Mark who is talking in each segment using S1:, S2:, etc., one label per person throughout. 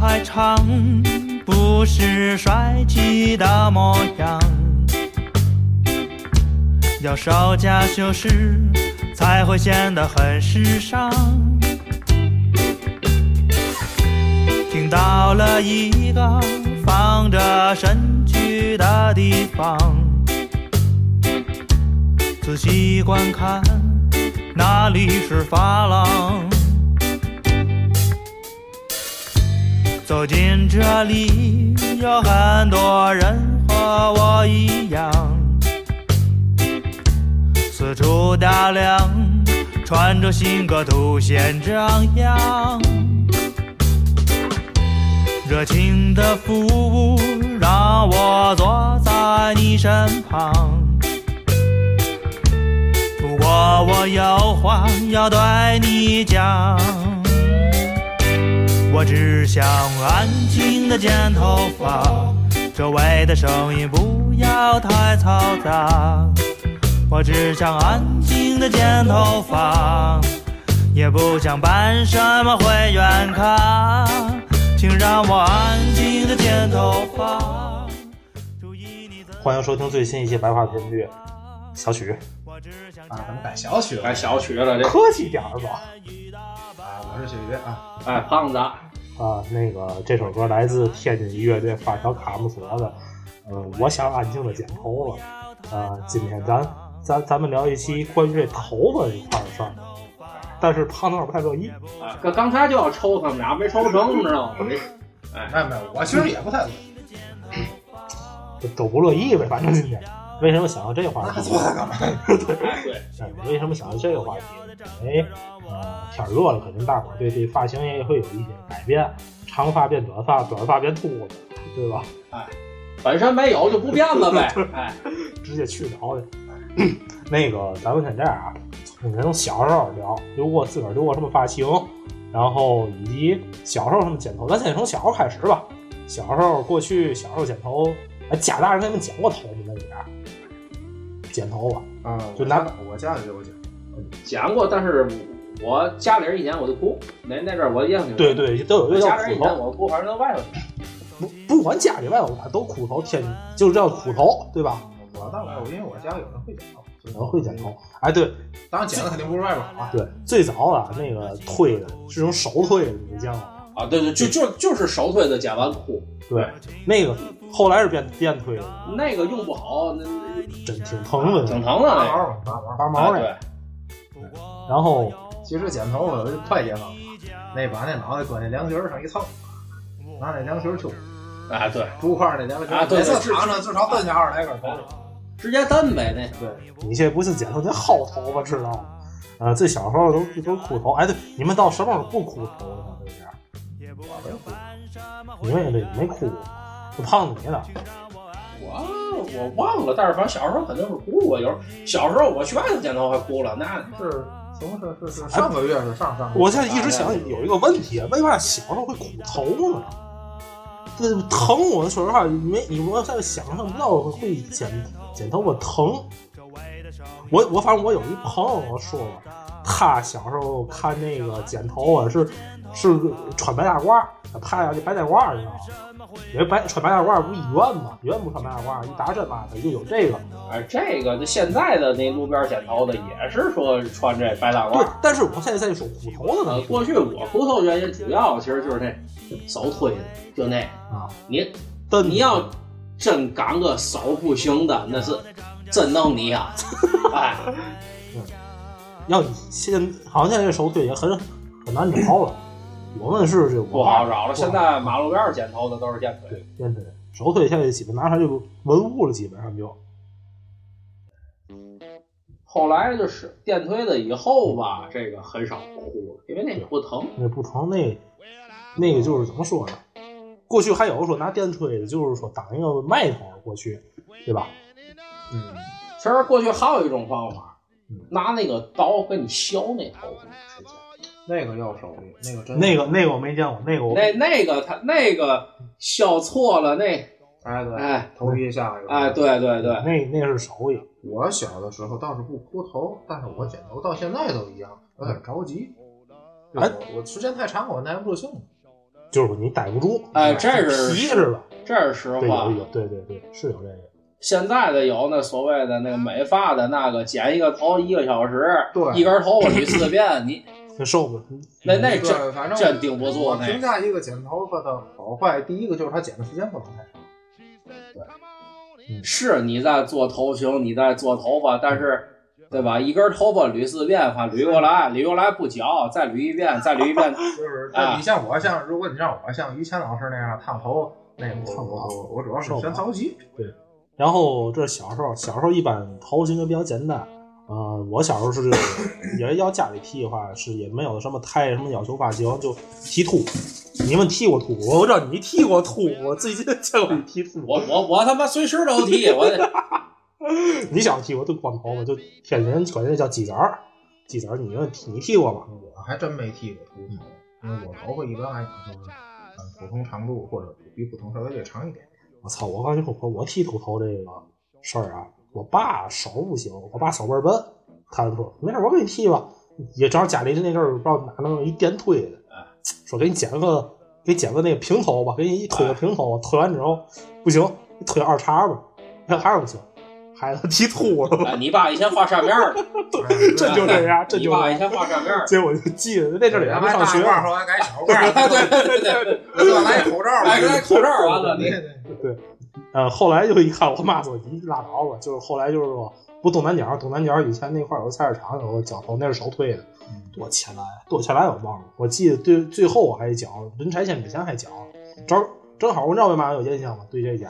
S1: 还长，不是帅气的模样。要稍加修饰，才会显得很时尚。听到了一个放着身躯的地方，仔细观看，那里是发廊。走进这里，有很多人和我一样，四处打量，穿着新格凸显张扬。热情的服务让我坐在你身旁。不过我有话要对你讲。我只想安静的剪头发，周围的声音不要太嘈杂。我只想安静的剪头发，也不想办什么会员卡，请让我安静的剪头发。注意你的
S2: 欢迎收听最新一期《白话频率》，小许，
S1: 我只想
S3: 啊，咱们改小雪
S4: 改哎小学了，这
S2: 客气点儿吧。
S3: 啊，我是雪鱼啊，
S4: 哎胖子，
S2: 啊，那个这首歌来自天津乐队发条卡木索的，呃，我想安静的剪头发。啊、今天咱咱咱们聊一期关于这头发这块儿的事儿，但是胖子不太乐意。
S4: 啊，刚刚才就要抽他们俩，没抽成，知道吗？
S3: 没有没有，我其实也不太乐意，
S2: 就都不乐意呗，反正今天。为什么想到这个话
S3: 那
S2: 题？
S3: 坐它干嘛？
S4: 哎，对，
S2: 哎为什么想到这个话题？因为呃，天儿热了，肯定大伙儿对这发型也会有一些改变，长发变短发，短发变秃子，对吧？
S4: 本身没有就不变了呗，哎，
S2: 直接去聊去。 那个，咱们先这样啊，从咱从小时候聊，留过自个儿留过什么发型，然后以及小时候什么剪头，咱先从小时候开始吧。小时候过去，小时候剪头，哎，家大人给你们剪过头吗？那里边儿剪头发，
S3: 啊，
S2: 就拿
S3: 我家里就有剪，
S4: 讲过，但是我家里人一剪我就哭，那那阵儿我也很
S2: 对，对，都有一
S4: 我
S2: 个叫
S4: 家人一
S2: 苦
S4: 剪
S2: 头，
S4: 我哭，反正都外头去。
S2: 不不管家里外头都苦头，天就是叫苦头，对吧？
S3: 我倒没有，因为我家有人会剪头，有
S2: 有人会剪头，，哎，对
S3: 当然剪的肯定不是外边儿啊，
S2: 对，最早啊那个推的是用手推的，你见过吗？
S4: 啊，对对，就就就是手推子剪完哭，
S2: 对，那个后来是变电推的，
S4: 那个用不好，那那
S2: 真挺疼的。
S4: 挺疼
S3: 拔毛
S4: 的。
S3: 嘛，拔啊毛。
S2: 拔
S4: 那个
S2: 毛那个，
S4: 啊
S2: 然后
S3: 其实剪头发有一快捷方法，那把那脑袋搁那凉席儿上一蹭，拿那凉席儿揪，
S4: 对，哎对，
S3: 竹块那凉席儿，
S4: 啊对
S3: 每次
S4: 对是
S3: 躺着至少蹬下二十来根头发。
S4: 直接蹬呗那。
S3: 对，
S2: 你这不是剪头，你薅头发，知道吗？呃，这小时候都都苦头。哎，对，你们到什么时候不苦头了呢？这边
S3: 我没有哭
S2: 你们也对没哭过，就胖子你呢？
S4: 我我忘了，但是反正小时候肯定是哭过，有时候小时候我去外头剪头还哭了，那
S3: 是哎从是是是上个月是上上个月，
S2: 我现在一直想有一个问题，啊为嘛小时候会苦头呢？这疼，我说实话，没你我在想象不到会剪剪头发疼。我我反正我有一朋友跟我说过，他小时候看那个剪头发是是穿白大褂儿，怕那白大褂儿，你知道吗？因为白穿白大褂儿不是医院嘛，医院不穿白大褂儿，一打针嘛的就有这个。
S4: 哎，这个这现在的那路边剪头的也是说穿这白大褂
S2: 对
S4: 儿。，
S2: 但是我现在在说苦头的
S4: 呃，
S2: 呢
S4: 过去我骨头原因主要其实就是那手推的，就那
S2: 啊，
S4: 你
S2: 但
S4: 你要真赶个手不行的，那是真弄你 啊！哎，
S2: 要你现好像现在这手推也很很难找了。我们是这
S4: 不好找了。
S2: 不好
S4: 现在马路边儿剪头的都是电腿，
S2: 电推手推现在基本拿出来就文物了，基本上就
S4: 后来就是电推的以后吧，这个很少哭了，因为那个不疼。
S2: 那不疼那那个就是怎么说呢？过去还有说拿电推的，就是说当一个卖头过去，对吧？
S3: 嗯，
S4: 其实过去还有一种方法
S2: 嗯，
S4: 拿那个刀给你削那头发，直接。
S3: 那个要手艺，那个真
S2: 那个那个我没见过，那个我
S4: 那那个他那个削错了，那
S3: 哎对。
S4: 哎
S3: 头皮下一个
S4: 哎，对对对，
S2: 那那是手艺，
S3: 我小的时候倒是不秃头，但是我剪头到现在都一样，有点着急。
S2: 哎
S3: 我我时间太长，我耐不住性子。
S2: 就是你逮不住，
S4: 哎这是
S2: 皮似的，
S4: 这是实
S2: 对，
S4: 话
S2: 有。有，对对对，是有这个。
S4: 现在的有那所谓的那个美发的那个剪一个头一个小时，
S3: 对
S4: 一根头发捋四遍，你
S2: 那瘦子，
S4: 那那
S3: 对
S4: 真
S3: 反正
S4: 真顶不住
S3: 我
S4: 那
S3: 评价一个剪头发的好坏，第一个就是他剪的时间不能太长。
S4: 是你在做头型，你在做头发，但是。对吧？一根头发捋四遍，反正捋过来，捋过来不绞，再捋一遍，再捋一遍，
S3: 就是
S4: 啊
S3: 你像我像，如果你让我像于谦老师那样烫头，那我我我主要是
S2: 烫不
S3: 选
S2: 好
S3: 着急。
S2: 然后这是小时候，小时候一般头型都比较简单。呃，我小时候是也要家里剃的话，是也没有什么太什么要求发型，就剃秃。你们剃过秃？我知道你剃过秃，我最近见过你剃秃。
S4: 我我我他妈随时都剃，我得
S2: 你小时候剃过就光头发，就天津管那叫鸡子儿，鸡子儿，你们剃你剃过吗？
S3: 我还真没剃过秃头，因为我头发一般来讲就是嗯普通长度或者比普通稍微略长一点。
S2: 我操！我告诉你，我我剃秃头这个事儿啊，我爸手不行，我爸手倍儿笨，看出没事儿，我给你剃吧。也正好家里那阵儿不知道哪弄一电推的，说给你剪个给剪个那个平头吧，给你一推个平头，推完之后不行，你推二茬吧，那还是不行，孩子剃秃了吧，
S4: 哎，你爸以前画扇面儿的，
S2: 这就这样，这
S4: 你
S2: 就
S4: 爸以前画扇面儿的，
S2: 结果就记得那阵儿也
S3: 原
S2: 没
S3: 来
S2: 上
S3: 大
S2: 学，啊
S3: 褂，后来改小褂，
S4: 哎 对对对对，
S3: 后来口罩
S4: 哎，给他口罩完了，你
S3: 对对
S2: 呃，后来就一看我妈说你拉倒吧，就是后来就是说不东南角，东南角以前那块儿有个菜市场，有个脚头，那是手推的，多钱来，多钱来我忘了，我记得最最后我还讲轮拆迁之前还讲，正正好我知道为嘛有印象吗？对这家，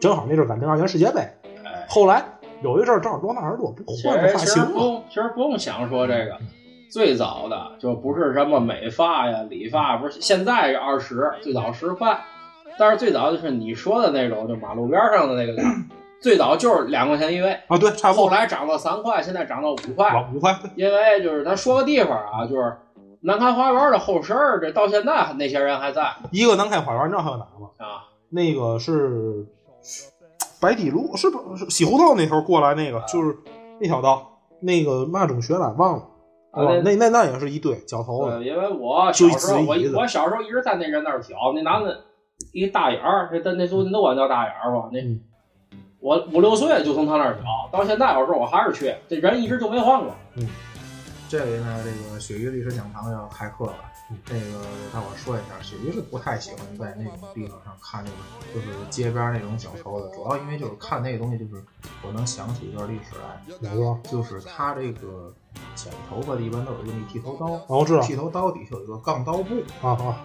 S2: 正好那阵儿赶零二年世界杯，
S4: 哎
S2: 后来有一阵儿正好罗纳尔多不
S4: 其
S2: 换个
S4: 实
S2: 发
S4: 其实
S2: 型
S4: 不
S2: 吗？
S4: 用，其实不用想说这个。最早的就不是什么美发呀、理发，不是现在是二十，最早十块，但是最早就是你说的那种，就马路边上的那 个，最早就是两块钱一位，
S2: 啊，对，差不
S4: 后
S2: 多，
S4: 来涨到三块，现在涨到五块。
S2: 五块，
S4: 因为就是咱说个地方啊，就是南开花园的后身儿，这到现在那些人还在
S2: 一个南开花园，你知道还有哪个吗？
S4: 啊。
S2: 那个是白底路，是不是西湖道那头过来那个，就是那条道，那个嘛中学来忘了，
S4: 啊
S2: 哦那那那也是一堆脚头的，
S4: 对，因为我小
S2: 哦就一
S4: 时候，
S2: 直
S4: 我
S2: 椅子
S4: 我小时候一直在那人那儿挑，那男的一大眼儿，那那那都那管叫大眼儿吧？那
S2: 嗯
S4: 我五六岁就从他那儿挑，到现在有时候我还是去，这人一直就没换过。
S3: 这里呢，这个鳕鱼历史讲堂要开课了。
S4: 嗯
S3: 这个让我说一下，鳕鱼是不太喜欢在那种地方上看那个，就是街边那种小偷的，主要因为就是看那个东西，就是我能想起一段历史来，
S2: 哪个？
S3: 就是他这个剪头发的一般都有用一剃头刀，
S2: 哦，我
S4: 嗯
S2: 知道
S3: 剃头刀底下有一个杠刀布，
S2: 啊啊，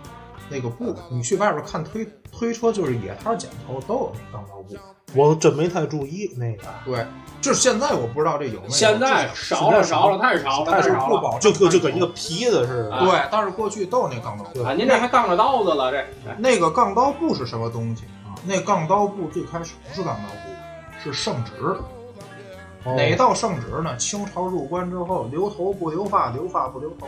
S3: 那个布你去外边看推推车，就是野摊剪头都有那杠刀布。
S2: 我真没太注意那个，
S3: 对，就是现在我不知道这有没有，
S4: 现在
S3: 至
S4: 少了，
S2: 现在
S4: 少了，太少了，
S2: 太
S4: 太
S3: 少了
S4: 少了。
S2: 就就就跟一个皮子
S3: 少
S2: 似的，
S4: 啊
S3: 对，但是过去都有那杠刀布。
S4: 啊，您这还杠着刀子了，这
S3: 那个杠刀布是什么东西啊？那杠刀布最开始不是杠刀布，是圣旨。
S2: 哦
S3: 哪道圣旨呢？清朝入关之后，留头不留发，留发不留头。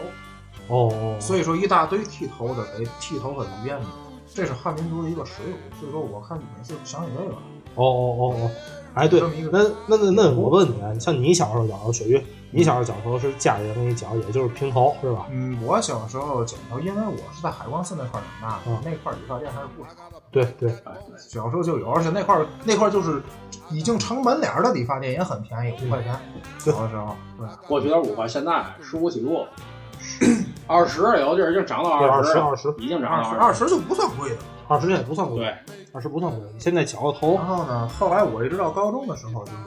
S2: 哦哦，
S3: 所以说，一大堆剃头的给剃头发的冤的，这是汉民族的一个耻辱。所以说，我看每次想起这个，
S2: 哦哦哦哦，哎，对，那那那那我问你啊，像你小时候脚头，雪玉，你小时候脚头是家里人给你脚，也就是平头是吧？
S3: 嗯，我小时候剪头，因为我是在海光寺那块儿长大的，
S2: 嗯
S3: 那块儿理发店还是不少。
S2: 对对，
S3: 小时候就有，而且那块儿那块儿就是已经城门脸儿的理发店也很便宜，五块钱。
S2: 对
S3: 小的时候，对。
S4: 我觉得五块现在十五起步，二十有地儿已经涨到
S2: 对
S4: 二
S2: 二十
S4: 十，
S2: 二十
S4: 已经涨
S3: 二
S4: 到
S3: 十
S4: 二
S3: 二十就不算贵的。
S2: 二十现在不算贵，
S4: 对，
S2: 二十不算贵，现在脚个头
S3: 然后呢，后来我一直到高中的时候，就是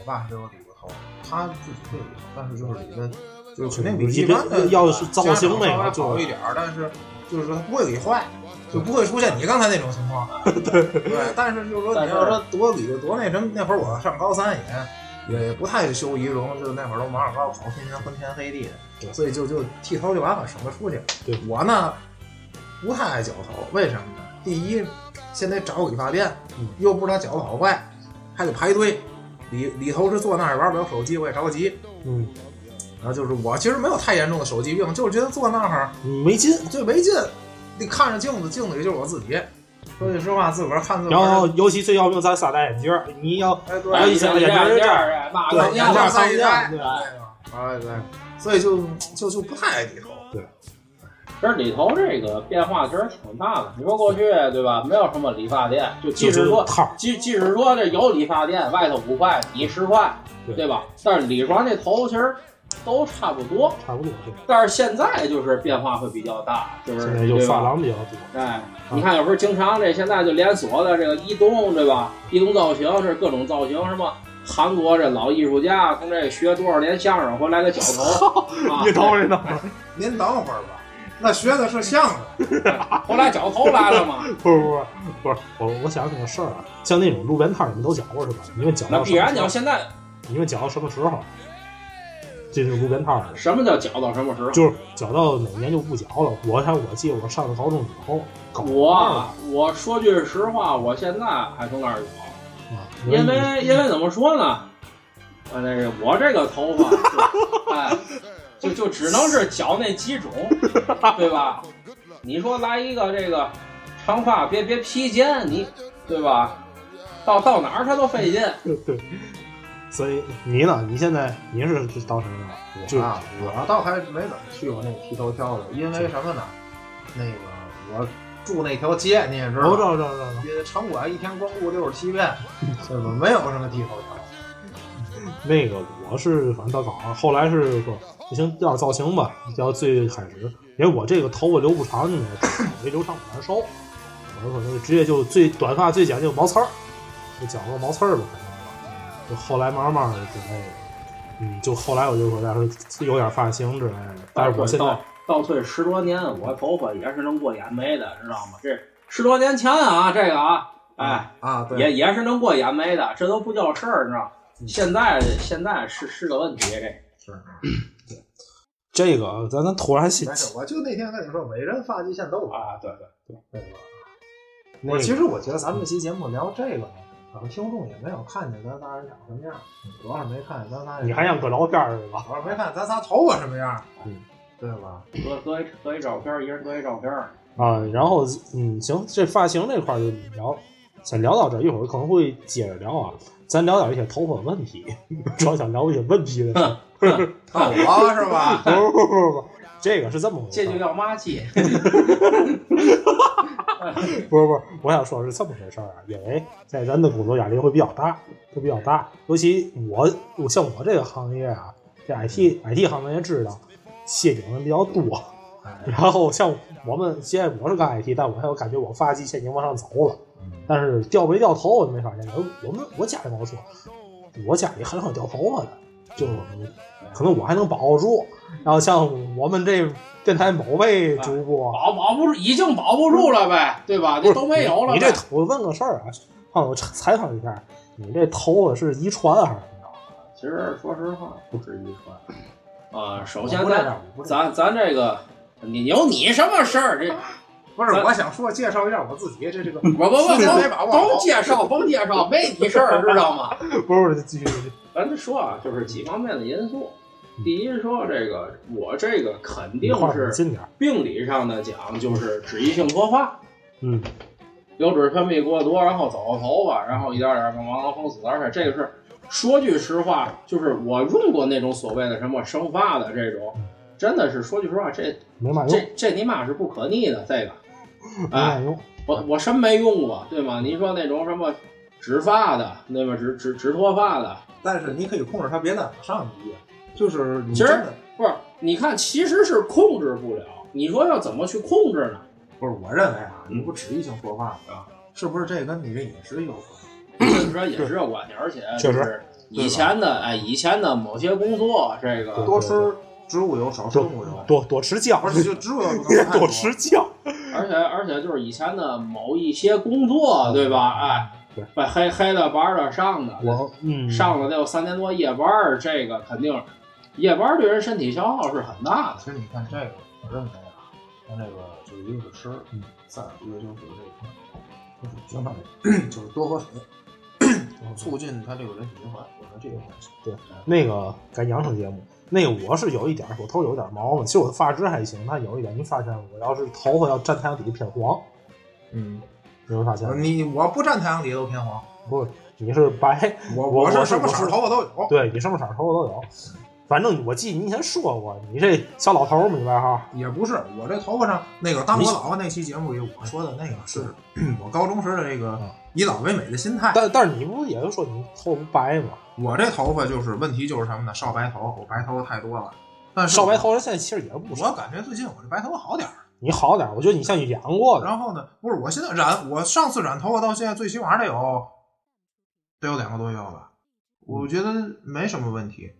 S3: 我爸给我理过头，他自己会理，但是就是理的，就是肯定比一般的
S2: 要是造型那
S3: 那
S2: 个
S3: 好
S2: 就
S3: 一点儿，但是就是说他不会理坏，就不会出现你刚才那种情况。对对，但是就是说
S4: 但
S3: 你
S4: 是
S3: 要说多理多那什么，那会儿我上高三也也不太修仪容，就那会儿都马老高考，天天昏天黑地的，所以就就剃头就完了，省得出去。
S2: 对
S3: 我呢不太爱绞头，为什么呢？第一，先得找理发店，
S2: 嗯
S3: 又不知道绞的好坏，还得排队。理理头是坐那儿玩不了手机，我也着急。
S2: 嗯，
S3: 然后就是我其实没有太严重的手机病，就是觉得坐那儿
S2: 没劲。
S3: 最没劲。你看着镜子，镜子里就是我自己。说句实话，自个儿看自个
S2: 然后
S3: 儿，
S2: 尤其最要命，咱仨戴眼镜儿，你要
S3: 哎对，
S2: 然后一想
S4: 想
S2: 眼
S4: 眼
S2: 睛是
S4: 镜
S2: 这样
S4: 儿，哎骂
S2: 对
S4: 个
S2: 眼
S4: 娘
S2: 镜
S4: 们
S2: 儿
S4: 儿
S2: 上
S3: 上
S2: 一戴
S3: 戴，
S2: 对
S3: 对吧？哎对，所以就就就不太爱理头。
S2: 对，
S4: 这里头这个变化其实挺大的。你说过去对吧，没有什么理发店，就即
S2: 就
S4: 使
S2: 是
S4: 说
S2: 套儿，
S4: 即即使说这有理发店，外头五块，你十块，
S2: 对
S4: 对吧？但是理妆这头其实都差不多。
S2: 差不多对。
S4: 但是现在就是变化会比较大，就是
S2: 现在就
S4: 对
S2: 发
S4: 吧？
S2: 廊比较多，
S4: 哎，你看有时候经常这现在就连锁的这个伊东，对吧？伊东造型是各种造型，什么韩国这老艺术家从这学多少年相声回来个绞头， 啊
S2: 你头着呢？
S3: 您等会儿吧，那学的是相声，
S4: 后来绞头来了 嘛，
S2: 不是不是不是，我我想起个事儿啊，像那种路边摊儿，你们都讲过是吧？你们讲
S4: 那
S2: 到
S4: 必然你
S2: 什
S4: 要
S2: 么时
S4: 现在
S2: 候你们讲到什么时候？这是路边摊儿，
S4: 什么叫绞到什么时候？
S2: 就是讲到哪年就不讲了。我看我记得我上了高中以后，搞
S4: 我
S2: 啊
S4: 啊，我说句实话，我现在还从那儿有。因
S2: 你
S4: 为因为怎么说呢？啊，那个我这个头发 就，哎，就就只能是绞那几种，对吧？你说来一个这个长发，别别披肩，你对吧？到到哪儿他都费劲。
S2: 对，所以你呢？你现在你是到什么样？就
S3: 我啊，我倒还没怎么去过那剃头挑子，因为什么呢？那个我住那条街，你也知道，
S2: 我知道知道知道，
S3: 这城管一天光顾六十七遍，对吧？没有什么剃头挑子。
S2: 那个我是反正到岗，后来是说不行，要造型吧，要最开始，因为我这个头发留不长，你没留长我难受，我就可能就直接就最短发最讲究毛刺儿，就讲个毛刺儿吧，反正就后来慢慢的就那个，嗯，就后来我就说再说有点发型之类的，但哎是我现在
S4: 倒倒退十多年，我头发也是能过眼眉的，知道吗？这十多年前啊，这个啊，哎，
S3: 啊，对，
S4: 也也是能过眼眉的，这都不叫事儿，你知道吗？现在现在是是个问题，这
S3: 是。
S2: 这个咱咱突然心
S3: 没事，我就那天跟你说，每人发际线都有。
S4: 啊，对对，
S2: 那
S3: 我
S2: 个
S3: 其实我觉得咱们这期节目聊这个呢，可能听众也没有看见咱仨人长什么样，主要是没看见咱仨人。
S2: 你还让搁聊天儿是吧？
S3: 主要是没看见咱仨头发什么样，
S2: 嗯，
S3: 对吧？
S4: 隔隔一隔一照片儿，一人隔一照片儿。
S2: 啊，然后嗯，行，这发型这块儿就聊，先聊到这儿，一会儿可能会接着聊啊。咱聊点一些头发问题，主要想聊一些问题的事 儿。
S3: 看我是吧？
S2: 不不不不不，这个是这么回
S4: 这
S2: 事
S4: 就
S2: 儿。
S4: 叫妈鸡，
S2: 不是不是，我想说是这么回事儿啊，因为在咱的工作压力会比较大，会比较大。尤其我，我像我这个行业啊，这 IT IT 行业知道，卸顶的比较多。
S3: 哎，
S2: 然后像我们现在我是干 IT，但我还有感觉我发际线已经往上走了。但是掉没掉头我就没发现。我们我家里跟我说，我家里很少掉头发的，就是可能我还能保住。然后像我们这电台某位主播，
S4: 保保不住，已经保不住了呗，对吧？啊这都没有了呗。
S2: 你这头我问个事儿啊，胖子，我采访一下，你这头发是遗传还是怎么着？
S4: 其实说实话，不止遗传啊。首
S3: 我
S4: 先
S3: 不这
S4: 咱
S3: 样，我不这样
S4: 咱咱这个，你有你什么事儿？这
S3: 不是，
S4: 咱
S3: 我想说介绍一下我自己，这这个
S4: 我我我
S3: 是没把握好
S4: 甭甭介绍，甭介绍，没你事儿，知道吗？
S2: 不是，这继续继续。
S4: 咱就说啊，就是几方面的因素。第一说这个，我这个肯
S2: 你
S4: 定
S2: 话
S4: 是
S2: 近点儿。
S4: 病理上的讲，就是脂溢性脱发，
S2: 嗯，
S4: 油脂分泌过多，然后走到头发，然后一点点往毛囊封死，而且这个是说句实话，就是我用过那种所谓的什么生发的这种，真的是说句实话，这
S2: 没嘛用，
S4: 这这尼玛是不可逆的，这个，
S2: 没
S4: 哎
S2: 嘛，用。
S4: 我我真没用过，对吗？您说那种什么植发的，对吧？植植植脱发的，
S3: 但是你可以控制它别再往上一页，就是你
S4: 其实
S3: 真的
S4: 不是，你看，其实是控制不了。你说要怎么去控制呢？
S3: 不是我认为啊，
S4: 嗯
S3: 你不脂溢性脱发
S4: 啊，
S3: 是不是这跟你这饮食有关？
S4: 就是说也是有关系，而且
S2: 嗯确实
S4: 就是以前的哎，以前的某些工作，这
S2: 对
S4: 个
S3: 多吃植物油，少吃动物油，
S2: 多多吃姜
S3: 不，是 就植物油不能太
S2: 多吃姜。
S4: 而且而且就是以前的某一些工作，对吧？哎，
S2: 对
S4: 白黑黑的白的上的，
S2: 我嗯，
S4: 上了得有三年多夜班儿，这个肯定夜班儿对人身体消耗是很大的。
S3: 其实你看这个，我认为啊，像这个就是一个是吃，
S2: 嗯，
S3: 再有一个就是这个，就是相当于 就是多喝水，促进它这个人体循环，我觉得这个关系。
S2: 那个咱养成节目，那个我是有一点儿，我头有一点儿毛嘛，其实我的发质还行，但有一点，你发现我要是头发要站太阳底偏黄，
S3: 嗯，
S2: 你会发现
S3: 你我不站太阳底都偏黄，
S2: 不是你是白，
S3: 我
S2: 我
S3: 是
S2: 我
S3: 什么色
S2: 我
S3: 儿
S2: 是
S3: 头发都有。哦
S2: 对你什么色儿头发都有。反正我记得你以前说过，你这小老头儿没外号，
S3: 也不是，我这头发上那个当我老婆啊那期节目里我说的那个是嗯我高中时的这个
S2: 嗯
S3: 以老为美的心态。
S2: 但但是你不是也是说你头不白吗？
S3: 我这头发就是问题就是什么呢？少白头，我白头发太多了。但是
S2: 少白，头人现在其实也不
S3: 我
S2: 少，
S3: 感觉最近我这白头发好点儿。
S2: 你好点儿，我觉得你像你养过的，
S3: 然后呢，不是我现在染，我上次染头发到现在最起码得有得有两个多月了吧？我觉得没什么问题。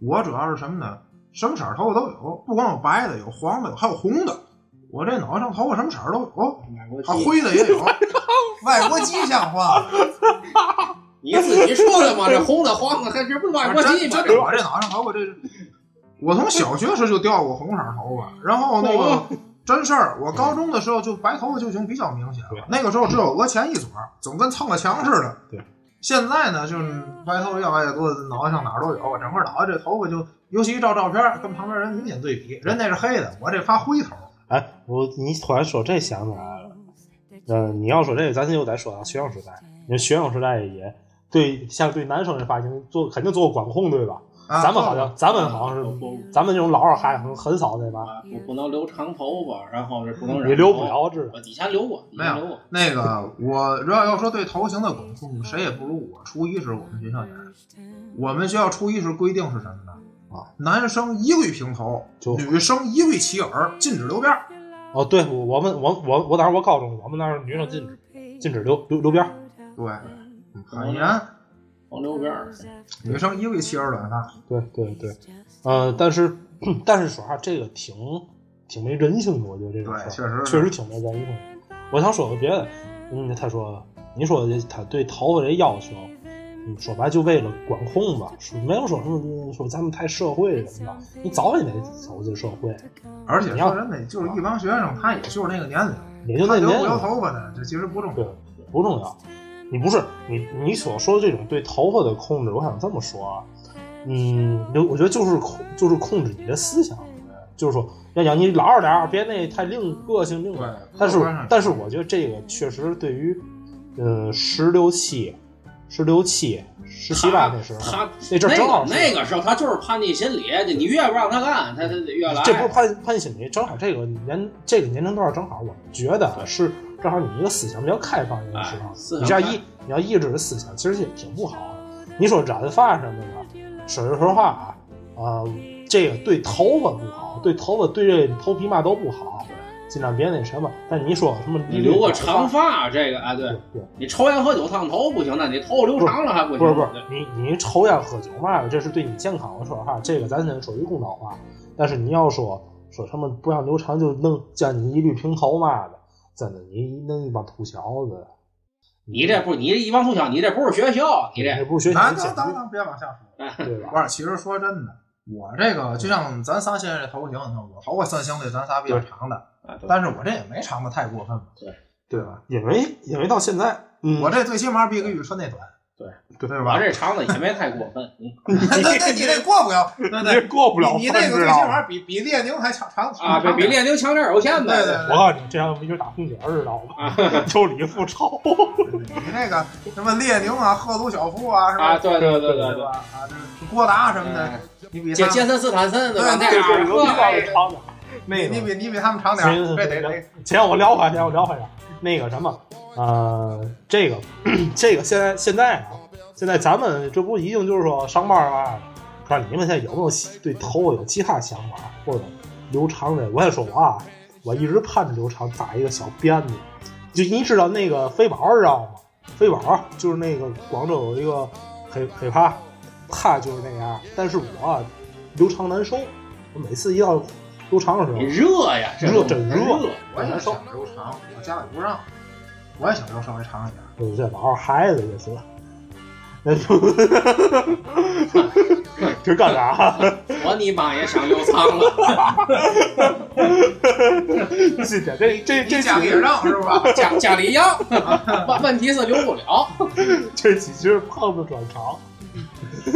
S3: 我主要是什么呢？什么色儿头发都有，不光有白的，有黄的，还有红的。我这脑袋上头发什么色儿都有，
S4: 买过
S3: 啊，
S4: 鸡
S3: 灰的也有。外国鸡像话吗？
S4: 你自己说的 嘛，这红的黄的，还这不是外国鸡
S3: 真
S4: 吗
S3: 真？的，我这脑袋上头发这是，我从小学时候就掉过红色儿头发，然后那
S2: 哦
S3: 个真事儿，我高中的时候就白头发就已经比较明显
S2: 对
S3: 了，那个时候只有额前一撮儿，总跟蹭个墙似的。
S2: 对，
S3: 现在呢，就是白头发越来越多，脑袋上哪儿都有，整个脑袋这头发就，尤其一照照片儿，跟旁边人明显对比，人那是黑的，我这发灰头。
S2: 哎，我你突然说这想起来了，呃，你要说这个，咱就得说到学生时代，因为学生时代也对像对男生这发型做肯定做过管控，对吧？
S3: 啊、
S2: 咱们好像咱们好
S4: 不
S2: 像是
S4: 不
S2: 咱们这种老二孩很很少那吧，
S4: 啊不不能留长头发，然后这不能染。
S2: 也留不。了这。
S4: 我以前留过，以前留过。
S3: 那个，我如果要说对头型的管控，谁也不如我。初一时我们学校也是，我们学校初一时规定是什么呢？
S2: 啊，
S3: 男生一律平头，
S2: 就
S3: 女生一律齐耳，禁止留辫儿。
S2: 哦，对，我我们我我我当时我高中我们那儿女生禁止禁止留留留辫儿，
S3: 对，
S2: 嗯
S3: 很严。
S4: 黄留辫儿，
S3: 女生一律齐耳短发，
S2: 对对对，呃，但是 但是说实话，这个挺挺没人性的，我觉得这种
S3: 对
S2: 事
S3: 确
S2: 儿
S3: 实是
S2: 确实挺没人性的。我想说个别的，嗯，他说你说这他对头发这要求，嗯，说白就为了管控吧，说没有说什么嗯说咱们太社会什么的，你早也得走进社会，
S3: 而且说真的，就是一帮学生，他也就是那个年龄，
S2: 也就
S3: 他
S2: 那
S3: 留
S2: 年
S3: 不留
S2: 龄。
S3: 头发呢，这其实不重
S2: 对
S3: 要。，
S2: 不重要。你不是你你所说的这种对头发的控制，我想这么说啊，嗯，就我觉得就是控就是控制你的思想，就是说要讲你老实点儿，别那太另个性另外。
S3: 对
S2: 但是
S3: 客观上
S2: 但是我觉得这个确实对于，呃，十六七、十六七、十七八那时候，
S4: 他
S2: 那阵儿正好
S4: 那
S2: 是
S4: 个那个时候他就是叛逆心理，就你越不让他干，他他就越来。
S2: 这不是潘潘心理，正好这个年这个年龄段正好，我觉得啊是正好你一个思想比较开放的一个时
S4: 哎
S2: 候，
S4: 思想
S2: 你这样
S4: 开
S2: 抑你要抑制的思想，其实也挺不好的。你说染发什么的，说实话啊，呃，这个对头发不好，对头发对这头皮嘛都不好，尽量别那什么。但你说什么
S4: 你留个
S2: 短
S4: 长
S2: 发，
S4: 发，这个啊，对
S2: 对对，
S4: 你抽烟喝酒烫头不行，那你头发留长了还不行？
S2: 不是不是
S4: 对，
S2: 你你抽烟喝酒嘛的，这是对你健康。我说实话，这个咱先属于公道话。但是你要说说他们不让留长就弄叫你一律平头嘛的，真的你弄一帮土小子，
S4: 你这不你这一帮从小，你这不是学校，你这
S2: 这不学习
S3: 咱
S2: 你
S3: 咱
S2: 简
S3: 咱
S2: 直
S3: 咱别往下说。
S2: 对吧？
S3: 不是，其实说真的，我这个就像咱仨现在这头型，你看我头发算相对咱仨比较长的，
S4: 啊对
S3: 但是我这也没长的太过分嘛，
S4: 对
S3: 对吧？
S2: 也没也没到现在，嗯，
S3: 我这最起码比个玉春 那短，
S4: 对
S3: 对
S4: 我
S3: 吧？
S4: 这长的也没太过分。嗯
S3: 那那你这过不 了，那那
S2: 这过不了，
S3: 你你那个
S2: 知
S3: 最起
S2: 道
S3: 码
S2: 吗？
S3: 比比列宁还强长
S4: 啊，比比列宁强点儿有限
S3: 对
S4: 呗。
S3: 对
S2: 我告诉你，这样一直打空姐知道吗？ 就李富超，
S3: 对，你那个什么列宁啊、赫鲁晓夫啊，是吧？
S4: 啊，对对对对
S3: 对
S4: 对
S3: 吧？啊，这郭达什么
S4: 哎
S2: 嗯
S3: 的，你比
S4: 杰
S3: 他
S4: 杰
S3: 们
S4: 森斯坦森对吧？ 那
S3: 对
S4: 样
S2: 对，
S4: 儿
S2: 刘
S4: 呵
S2: 必
S4: 哎
S2: 超长的，那个
S3: 你比你比他们长点
S2: 行
S3: 儿，
S2: 行
S3: 这得
S2: 行
S3: 得，
S2: 行，我聊会儿，行，我聊会儿。啊那个什么，呃，这个 这个现在现在啊，现在咱们这不一定就是说上班啊，不知道你们现在有没有对头发有其他想法，或者留长的？我也说我啊，我一直盼着留长扎一个小辫子，就你知道那个飞宝知道吗？飞宝就是那个广州有一个黑黑怕，他就是那样，但是我啊留长难受，我每次一到留长的时候
S4: 你，热呀，这
S2: 热真热
S4: 热。
S3: 我也想留长，我家里不让，我也想留稍微长一点。
S2: 我这老孩子也行。那 就挺尴尬，
S4: 我你妈也想留长了，
S2: 这这这这
S3: 你
S2: 这
S3: 家里
S2: 几
S3: 也让是 吧？
S4: 家家里要，啊问问题是留不了。
S2: 这几句儿胖子转长，
S4: 其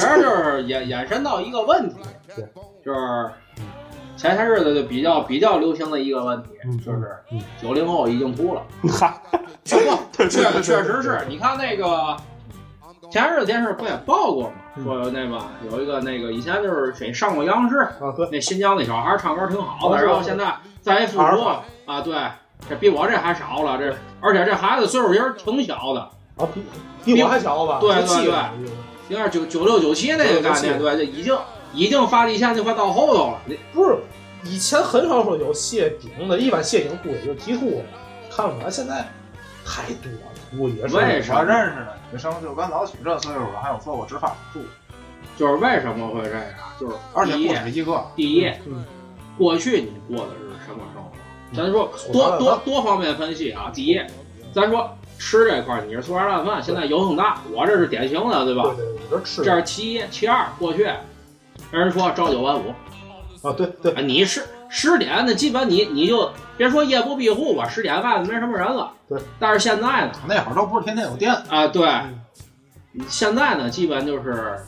S4: 实就是衍衍生到一个问题
S2: 对，
S4: 就是前些日子就比较比较流行的一个问题
S2: 嗯，
S4: 就是
S2: 嗯
S4: 九零后已经秃了。
S2: 哈，
S4: 确
S2: 对对对
S4: 确
S2: 对
S4: 确实是你看那个前日电视不也报过吗？
S3: 嗯
S4: 说那吧，有一个那个以前就是谁上过央视，
S2: 啊，对，
S4: 那新疆那小孩唱歌挺好
S2: 哦
S4: 的，
S2: 是吧
S4: 然后现在再一复
S2: 儿
S4: 出啊，对，这比我这还少了，这而且这孩子岁数也是挺小的，
S2: 啊比比我还小吧？
S4: 对对
S2: 七
S4: 对
S2: 吧我记得
S4: 应该是九九六九七那个概念，
S2: 96
S4: 对，就已经已经发际线就快到后头了，你
S2: 不是以前很少说有谢顶的，一般谢顶估也就提裤，看不来现在太多了，估也是
S4: 为
S3: 我
S4: 啥
S3: 认识的女生就跟老许这岁数了，还有做过植发手术，
S4: 就是为什么会这样？就是
S3: 而且
S4: 第一
S3: 不，止一个。
S4: 第一
S2: 嗯，
S4: 过去你过的是什么生活？咱说
S2: 嗯
S4: 多
S2: 粗茶淡饭
S4: 多多方面分析啊。第一，咱说吃这块儿，你是粗茶淡饭，现在油性大，我这是典型的，对吧？
S2: 对对对，这吃
S4: 这是其一，其二，过去让人说朝九晚五，
S2: 啊，对对
S4: 啊，你是十点，那基本你你就别说夜不闭户吧，十点外头没什么人了。
S2: 对。
S4: 但是现在呢，
S3: 那会儿都不是天天有电，
S4: 啊，对，
S2: 嗯
S4: 现在呢，基本就是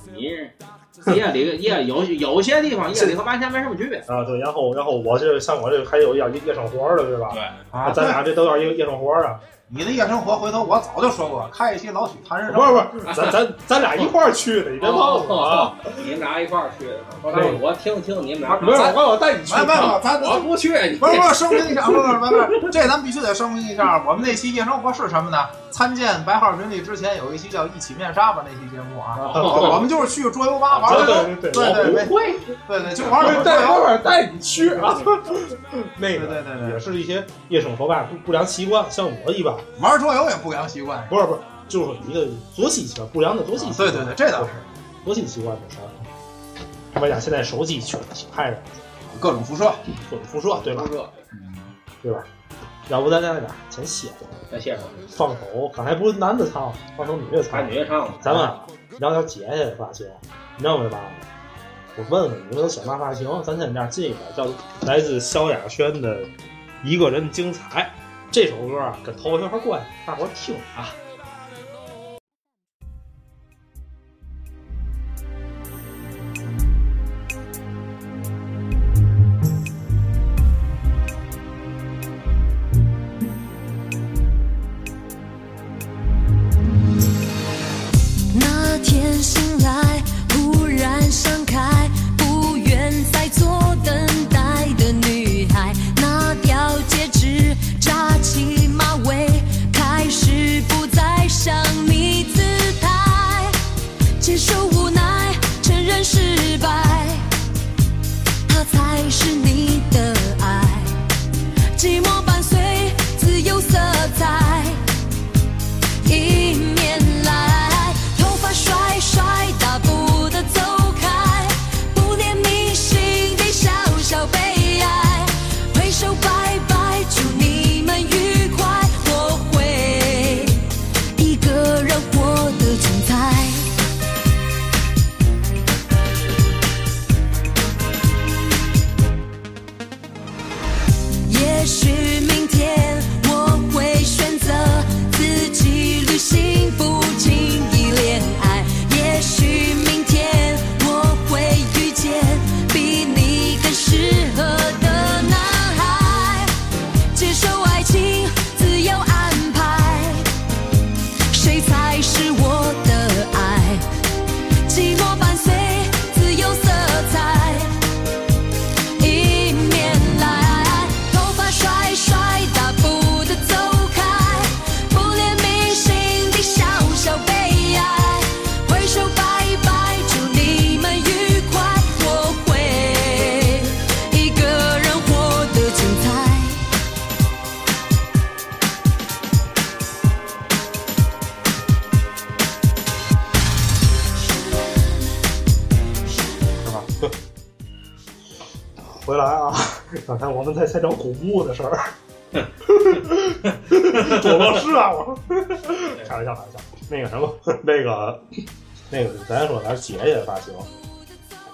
S4: 你夜里夜有有些地方夜里和白天没什么区别。
S2: 啊对，然后然后我这像我这还有一点夜生活的，对吧？
S4: 对，
S3: 啊
S2: 咱俩这都点夜夜生活啊，
S3: 你的夜生活，回头我早就说过，开一期老许谈人生。
S2: 不是不是，咱咱咱俩一块儿去的，你别忘了啊！
S4: 你们俩一块儿去的，后
S2: 对
S4: 我听听你们俩。
S2: 没有，我我带你去
S3: 哦
S2: 啊
S3: 没，没有，咱
S4: 我
S3: 咱
S4: 不去，你
S3: 不是不是，声明一下，不是不是不是，这咱必须得声明一下。我们那期夜生活是什么呢？参见白号群里之前有一期叫《一起面纱吧》那期节目啊，我们就是去桌游吧玩
S2: 哦对
S3: 儿
S2: 对对对，
S3: 对对对
S4: 不会，
S3: 对对，就玩儿
S2: 我会
S3: 桌
S2: 带
S3: 游。
S2: 老板带你去啊， 那
S3: 对对
S2: 个。
S3: 对对
S2: 也
S3: 对，
S2: 是一些夜生活吧不不良习惯，像我一般，
S3: 玩儿桌游也不良习惯。
S2: 不是不是，就是一个作息习惯，不良的作息习
S3: 啊对
S2: 惯。
S3: 对对，这倒是
S2: 多新奇怪的事儿。他们俩现在手机全是拍着，
S3: 各种辐射。
S2: 准辐射，对吧
S4: 不？热，
S2: 对吧？要不咱在那俩先歇会儿，
S4: 再谢谢。
S2: 放首刚才不是男的唱，放首女的
S4: 看
S2: 唱。
S4: 女唱吧，
S2: 咱们啊聊聊节去发型，你认为吧？我问问你们都想嘛发型？咱先这样进一个叫来自萧亚轩的《一个人的精彩》这首歌啊，跟头发有点关系，大伙儿听啊。
S5: 那天醒来，忽然想开，不愿再做等待的女孩。拿掉戒指，扎起马尾，开始不再像你姿态，接受无奈，承认失败，他才是你的爱。寂寞伴随自由色彩。迎面来，头发甩甩，大步的走开，不念你心底小小悲哀，挥手拜拜，祝你们愉快，我会一个人活得精彩。也许明天我会选择自己旅行，不经意恋爱。也许明天我会遇见比你更适合的男孩，接受爱情自由安排，谁才是我的爱？寂寞伴随自由色彩。迎面来，头发甩甩，大步的走开，不怜悯心底小小悲哀，挥手拜拜，祝你们愉快，我会一个人活得精彩。
S2: 回来啊！刚才我们在在聊古墓的事儿， 主要是啊，我开玩笑，开玩笑。那个什么，那个，那个，咱说咱姐姐的发型，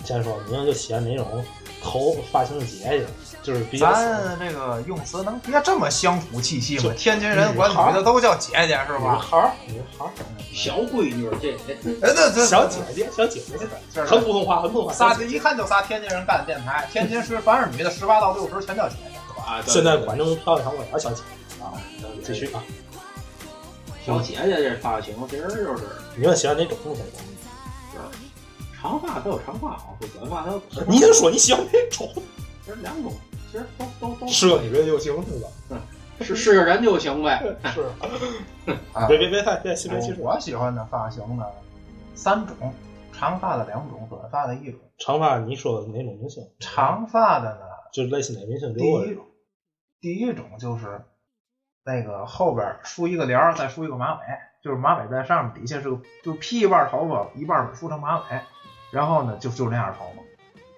S2: 先说您就喜欢哪种头发型的姐姐，就是比较
S3: 咱这个用词能别这么相府气息吗
S2: 就？
S3: 天津人管女的都叫姐姐是
S2: 女
S3: 吧？
S2: 孩儿，女孩
S4: 小闺女儿这这
S3: 哎，对对，
S2: 儿，小姐姐，小姐姐的感觉，
S3: 是
S2: 很普通话，很普通话。
S3: 仨
S2: 小姐姐
S3: 一看就仨天津人干的电台，天津市凡是女的十八到六十全叫姐姐，是吧？
S4: 啊，对
S2: 现在管这么漂亮，我也要小姐姐啊！继续啊，
S4: 小姐姐这发型其实就是
S2: 你问喜欢哪种风险高？
S4: 长发，她有长发好处，短发她有短发，
S2: 你先说你喜欢哪种？
S4: 其实两种，其实都都都
S2: 适合你这就行是吧？
S4: 是是个人就行呗。
S2: 是，
S3: 啊
S2: 别别别太别心别气
S3: 我我喜欢的发型呢，三种，长发的两种，短发的一种。
S2: 长发你说的哪种明星？
S3: 长发的呢，
S2: 就是类似哪明星
S3: 第
S2: 给我
S3: 一种，第一种就是那个后边儿梳一个帘儿，再梳一个马尾，就是马尾在上面，底下是个就是披一半儿头发，一半儿梳成马尾，然后呢就就那样头发。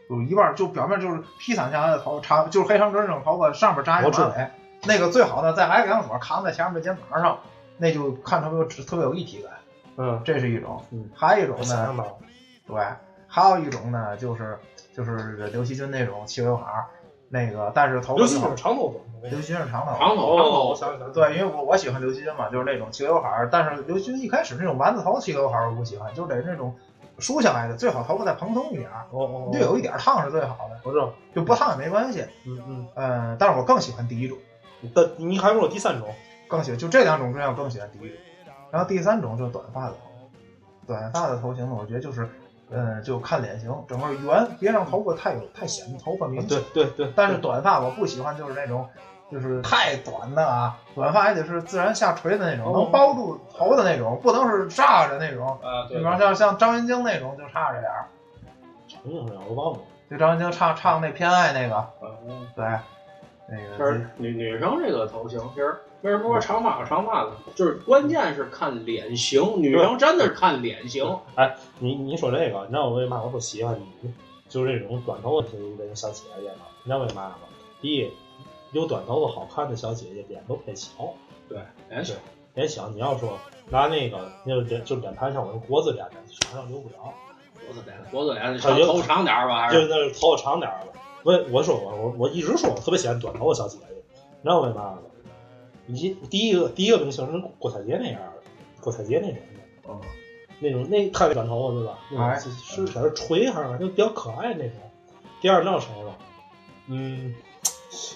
S3: 就是一半儿就表面就是披散下来的头发长，就是黑长直那种头发，上面扎一个
S2: 我知
S3: 马
S2: 道
S3: 尾，那个最好呢，再来个两撮扛在前面的肩膀上，那就看特别有特别有一体感。
S2: 嗯，
S3: 这是一种，
S2: 嗯
S3: 还有一种
S2: 我想
S3: 呢
S2: 想，吧，
S3: 对，还有一种呢，就是就是刘惜君那种气刘海儿，那个但是头发
S2: 尤其
S3: 好
S2: 是长头发，
S3: 刘惜君是长头发，
S4: 长
S2: 哦，我
S4: 头发，
S2: 想起来了，
S3: 对，因为我我喜欢刘惜君嘛，就是那种齐刘海儿，但是刘惜君一开始那种丸子头齐刘海儿我不喜欢，就得那种梳下来的，最好头发再蓬松一点儿，
S2: 哦哦，
S3: 略有一点儿烫是最好的，
S2: 我知道，
S3: 就不烫也没关系。
S2: 嗯
S3: 嗯、但是我更喜欢第一种，
S2: 嗯，但你还说我第三种，
S3: 更喜欢就这两种中间我更喜欢第一种，然后第三种就是短发的头，短发的头型呢，我觉得就是。嗯，就看脸型，整个圆，别让头发太有太显得头发明显。
S2: 对对对，
S3: 但是短发我不喜欢，就是那种就是太短的啊，短发还得是自然下垂的那种，
S2: 哦
S3: 能包住头的那种，不能是炸着那种。
S4: 啊，对
S3: 比，方像像张云京那种就差着点儿，
S2: 长头发我忘了，
S3: 就张云京唱唱那偏爱那个，
S4: 嗯
S3: 对，那
S4: 就
S3: 个
S4: 是女女生这个头型，其实为什么说长发和长发呢？就是关键是看脸型，女生真的是看脸型。
S2: 你你说这个，你知道我为嘛我说喜欢你，就是这种短头发型的小姐姐嘛，你知道为嘛吗？第一，有短头发好看的小姐姐脸都偏小，
S4: 对，脸型
S2: 脸小，你要说拿那个就是脸就脸盘像我这国字脸的，长上留不了。
S4: 脖子脸，脖子脸，长头长点儿吧，还
S2: 就是是那是头发长点儿了。我我说我我我一直说我特别喜欢短头发小姐姐，你知道为嘛吗？一第一个第一个明星是郭采洁那样的，郭采洁那种的，
S3: 嗯，
S2: 那种那她那短头发对吧？那
S3: 哎
S2: 种是是在那垂还是就比较可爱那种。第二你知道谁吗？嗯，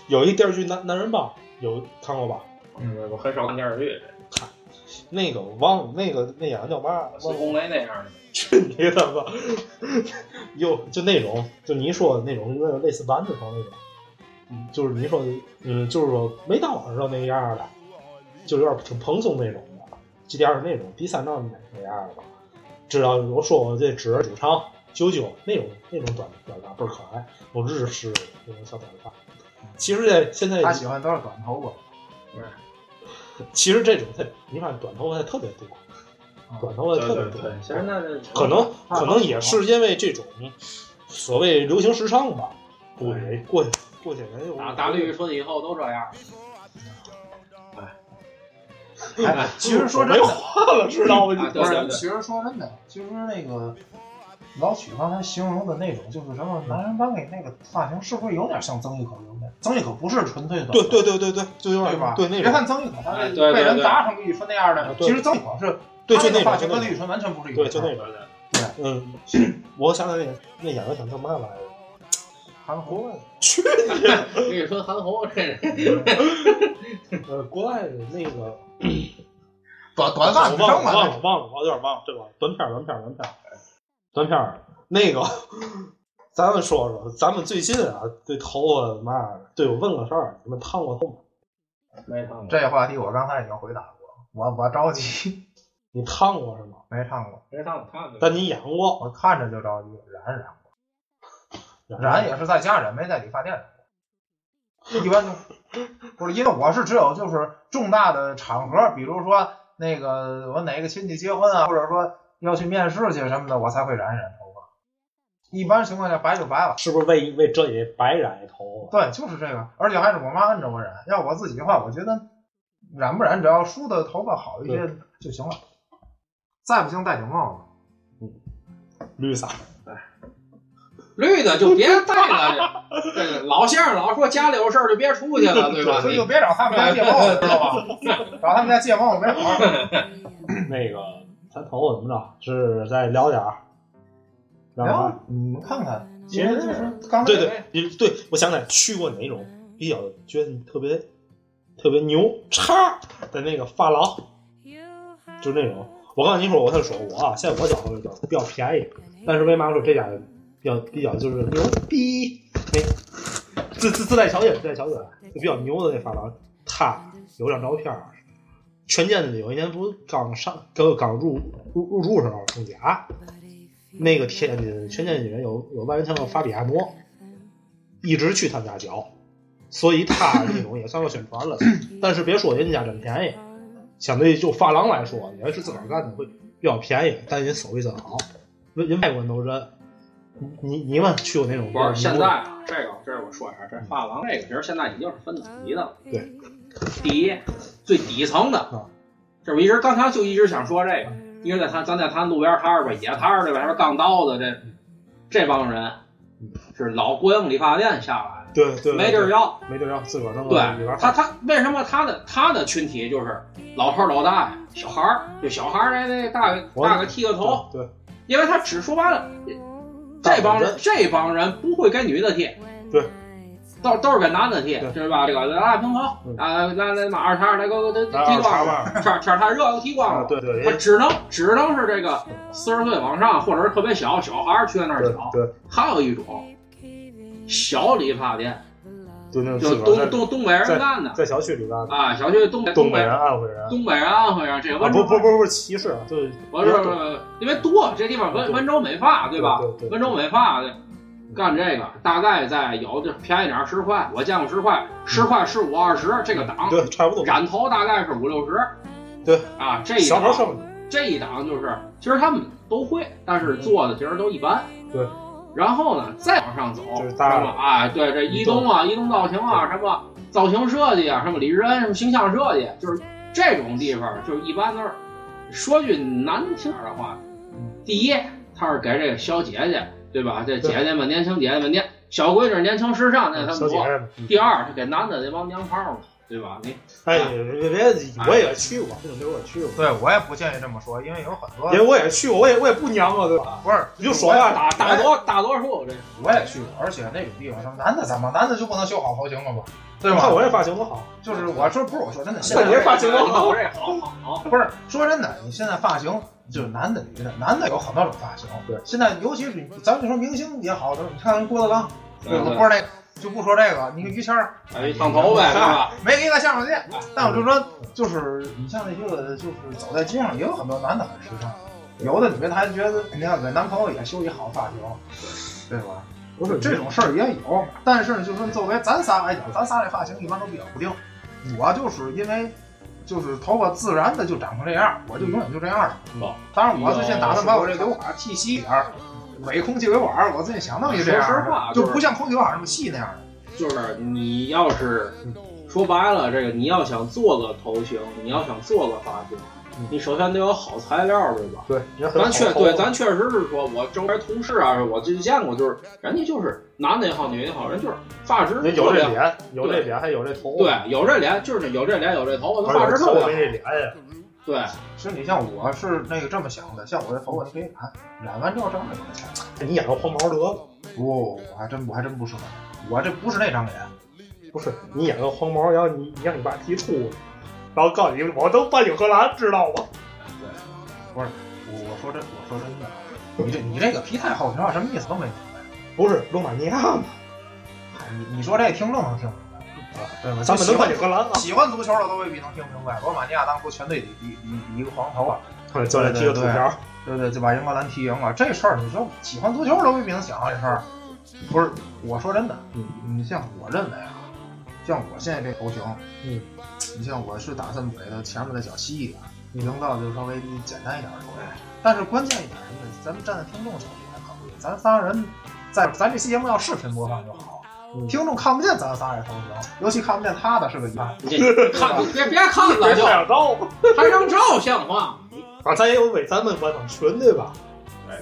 S2: 有一电视剧《男男人帮》，有看过吧？
S3: 嗯
S4: 我很少看电视剧，
S2: 那个我忘了，那个那演员叫嘛？
S4: 孙红雷那样的。
S2: 你他妈， 又就那种，就你说的那种，有点类似丸子头那种，嗯，就是你说的，嗯，就是说没到晚上那样儿的，就有点挺蓬松那种的。第第二那种，第三种那那样儿的吧，知道我说我这指主唱九九那种那种短短发倍儿可爱，我日式的那种小短发。
S4: 嗯
S2: 其实这现在
S3: 他喜欢都是短头
S2: 其实这种它，你看短头发它特别多，
S3: 发，
S2: 短头发特别多。
S4: 啊对，其实那那
S2: 可能
S3: 啊
S2: 可能也是因为这种所谓流行时尚吧，估计过过些年又
S4: 打打绿说以后都这样。
S3: 哎，其实说真
S2: 没
S3: 的，
S2: 话了，知道吗？
S4: 啊
S2: 你
S4: 对
S3: 不
S4: 对
S3: 是，
S4: 对
S3: 其实说真的，其实那个老曲刚才形容的那种，就是什么男人帮里那个发型，是不是有点像曾轶可留的？曾轶可不是纯粹短发，
S2: 对对对对对，就有
S3: 对
S2: 点
S3: 吧？
S2: 对那
S3: 别
S2: 种
S3: 看曾轶可，她
S4: 哎
S3: 被
S4: 对对
S3: 被人
S4: 对
S3: 砸成李宇春那样的
S2: 啊，对
S3: 其实曾轶可是
S2: 对
S3: 她
S2: 就
S3: 那
S2: 那
S3: 个发
S2: 种
S3: 型
S2: 就
S3: 跟
S2: 那
S3: 李宇
S2: 种
S3: 春完全不是一回
S2: 对
S3: 事
S2: 就
S3: 儿。
S2: 那种嗯， 我想想那那演员想叫 嘛来着？
S3: 韩红，
S2: 去
S4: 跟你说韩红这人，
S2: 呃，国外的那个
S3: 短短发
S2: 我
S3: 女
S2: 忘
S3: 生
S2: 了忘
S3: 嘛，
S2: 了忘了，我有点忘了，对吧？短片儿短片儿短片儿短片儿那个。咱们说说，咱们最近啊，对头发嘛的，对我问个事儿，你们烫过头吗？
S4: 没看过，
S3: 这话题我刚才已经回答过，我我着急，
S2: 你烫过是吗？
S3: 没烫过，
S4: 没看过，看过。
S2: 但你演过，
S3: 我看着就着急，染染过，染也是在家染，没在理发店染过。一般都不是因为我是只有就是重大的场合，比如说那个我哪个亲戚结婚啊，或者说要去面试去什么的，我才会染一染头发。一般情况下白就白了。
S2: 是不是为为这也白染一头啊发？
S3: 对，就是这个，而且还是我妈摁着我染。要我自己的话，我觉得染不染，只要梳的头发好一些就行了。再不行戴顶帽子。
S2: 绿色，
S4: 绿的就别戴了，这这个老先生老说家里有事儿就别出去了，对吧？
S3: 所以就别找他们家借帽子，知道吧？找他们家借帽子没好。
S2: 那个咱头发怎么着？是再聊点儿，然
S3: 然
S2: 后
S3: 后你们看看，其实就是刚才
S2: 对对，你对我想起来去过哪种比较觉得你特别特别牛叉的那个发廊，就是那种。我告诉你说，我他说我啊，现在我剪头发比较便宜，但是为嘛说这家比较比较就是牛逼？那自自自带小姐，自带小姐啊就比较牛的那发廊，他有张照片儿，啊权健的有一年不是刚上刚刚入入入驻时候中甲，那个天津权健女人有有外援强的法比按摩，一直去他们家脚，所以他那种也算个宣传了。但是别说人家真便宜，相对于就发廊来说，你要是自个儿干的会比较便宜，但人手艺真好，人人外国人都认。你你你们去过那种
S4: 不是现在啊，这个这是我说一下，
S2: 嗯
S4: 这发廊这个其实现在已经是分等级的了。
S2: 对，
S4: 第一最底层的
S2: 啊，
S4: 就是我一直刚才就一直想说这个，一直在谈咱在谈路边摊儿吧、野摊儿对吧，还是杠刀子这
S2: 嗯
S4: 这帮人，是老国营理发店下来
S2: 对嗯对对
S4: 的，没地儿要。
S2: 没地儿要自个儿弄个
S4: 对
S2: 里边儿
S4: 他，他为什么他的他的群体就是老头儿老大爷、小孩儿，就小孩儿那那大个
S2: 我
S4: 大个剃个头，
S2: 对
S4: 因为他只说白了，
S2: 大
S4: 这帮
S2: 伙
S4: 人
S2: 子
S4: 这帮人不会给女的剃，
S2: 对，
S4: 都都是给男的剃
S2: 对，
S4: 就是吧？这个来平头
S2: 嗯，
S4: 啊，来来买二茬，来给我给我
S2: 拿
S4: 剃
S2: 茶
S4: 光了，
S2: 吧，
S4: 天天太热又剃光
S2: 啊
S4: 了。
S2: 对对，
S4: 我
S2: 人
S4: 只能只能是这个四十岁往上，或者是特别小小孩儿去那儿
S2: 对
S4: 剪。
S2: 对
S4: 还有一种小理发店，
S2: 就那种
S4: 就
S2: 自个
S4: 东
S2: 儿在
S4: 东东北人干的
S2: 在小区里边儿，
S4: 啊，小区东北
S2: 东
S4: 北
S2: 北人、安徽人啊，啊
S4: 东北人安徽人这个温
S2: 不
S4: 州
S2: 不不不是歧视啊，就是
S4: 我是因为多，这地方温
S2: 对
S4: 温州美发对吧
S2: 对对对？
S4: 温州美发对，干这个大概在有的便宜点儿十块，我见过十块，十块十五二十这个档，
S2: 对差不多，
S4: 染头大概是五六十。
S2: 对
S4: 啊，这一
S2: 小
S4: 档
S2: 孩生意，
S4: 这一档就是其实他们都会，但是做的其实都一般。
S2: 嗯对。
S4: 然后呢，再往上走，
S2: 就是
S4: 什
S2: 大
S4: 么啊，对这一东啊，一东造型啊，什么造型设计啊，什么理人，什么形象设计，就是这种地方，就是一般都是说句难听点的话，
S2: 嗯
S4: 第一，他是给这个小姐姐，对吧？这姐姐们、年轻姐姐们、年小闺女、年轻时尚哎那他
S2: 小
S4: 们
S2: 姐
S4: 多。
S2: 姐们。嗯
S4: 第二，他给男的那帮娘炮们，对吧？你
S2: 哎，别别，我也去过，
S4: 啊
S2: 这种地儿我也去过，
S3: 对我也不建议这么说，因为有很多
S2: 因为我也去过，我也我也不娘啊，对吧？
S3: 不是
S2: 你就说呀，
S4: 大大多大多数这
S3: 我也去过，而且那种地方，男的怎么男的就不能修好头型了吗？对
S2: 看
S3: 吧？
S2: 我这发型多好，
S3: 就是我说不是我说真的，现
S2: 那你
S3: 在
S2: 这发型
S4: 你
S2: 多
S4: 看哎
S2: 好
S4: 我，这好好好，
S3: 不是说真的，你现在发型就是男的女的，男的有很多种发型。
S2: 对
S3: 现在尤其是咱就说明星也好，你看郭德纲，
S4: 对
S3: 吧不是那个就不说这个，你个于谦儿
S4: 哎，烫头呗，是 吧？啊
S3: 没给一个相声界，但我就说，就是你像那个，就是走在街上，也有很多男的很时尚，有的女的还觉得，你看给男朋友也修一好发型，对吧？
S2: 不
S3: 就这种事儿也有，但是呢，就说作为咱仨来讲，咱仨这发型一般都比较固定。我就是因为就是头发自然的就长成这样，我就永远就这样了。
S4: 哦
S3: 当然，我最近打算把我这刘海剃细一点儿，伪空气刘海儿，我最近想弄一这样
S4: 说
S3: 儿
S4: 实话
S3: 的，
S4: 就是
S3: 就不像空气刘海儿那么细那样的。
S4: 就是你要是说白了，这个你要想做个头型，你要想做个发型，你首先得有好材料，对吧？
S2: 对，人
S4: 咱
S2: 很好啊
S4: 确对，咱确实是说，我周边同事啊，我就见过，就是人家就是男的也好，女的也好，人就是发质
S2: 人
S4: 特
S2: 有
S4: 别
S2: 这
S4: 好，
S2: 脸，有这脸，还有这头，
S4: 对，有这脸，就是有这脸，有这头发，
S2: 而
S4: 他发
S2: 且
S4: 质特别好
S2: 头发没，这脸呀，
S4: 对，
S3: 其实你像我是那个这么想的，像我这头发你可以染，染完之后长美容去。
S2: 你染个黄毛得了，
S3: 不，我还真我还真不是，我这不是那张脸。
S2: 不是你染个黄毛，然后你你让你爸剃秃子，然后告诉你我都半纽荷兰，知道吗？
S3: 我我说真我说真的，你这你这个皮太厚，你说什么意思都没明白。
S2: 不是罗马尼亚嘛，
S3: 你你说这听众能听明白
S2: 啊？
S3: 对吧？
S2: 咱们
S3: 就喜
S2: 能半
S3: 欢
S2: 纽荷兰啊。
S3: 喜欢足球的都未必能听明白。罗马尼亚当初全队里一一一个黄头啊，
S2: 后来教练剃个秃瓢，
S3: 对不对？就把英格兰踢赢了。这事儿你说喜欢足球的都未必能想啊到这事儿。不是，我说真的，
S2: 嗯
S3: 你像我认为啊，像我现在这头型，
S2: 嗯，
S3: 你像我是打算给它前面的脚细一点，
S2: 嗯
S3: 营造就稍微简单一点儿出来。但是关键一点什么呢？咱们站在听众角度来考虑，咱仨人在咱这期节目要视频播放就好，
S2: 嗯
S3: 听众看不见咱仨这头型，尤其看不见他的是个遗憾。
S4: 你这看别别看了
S2: 别
S4: 就
S2: 太，阳照吧。
S4: 还扔照像话。
S2: 啊，咱也有为咱们官方群对吧？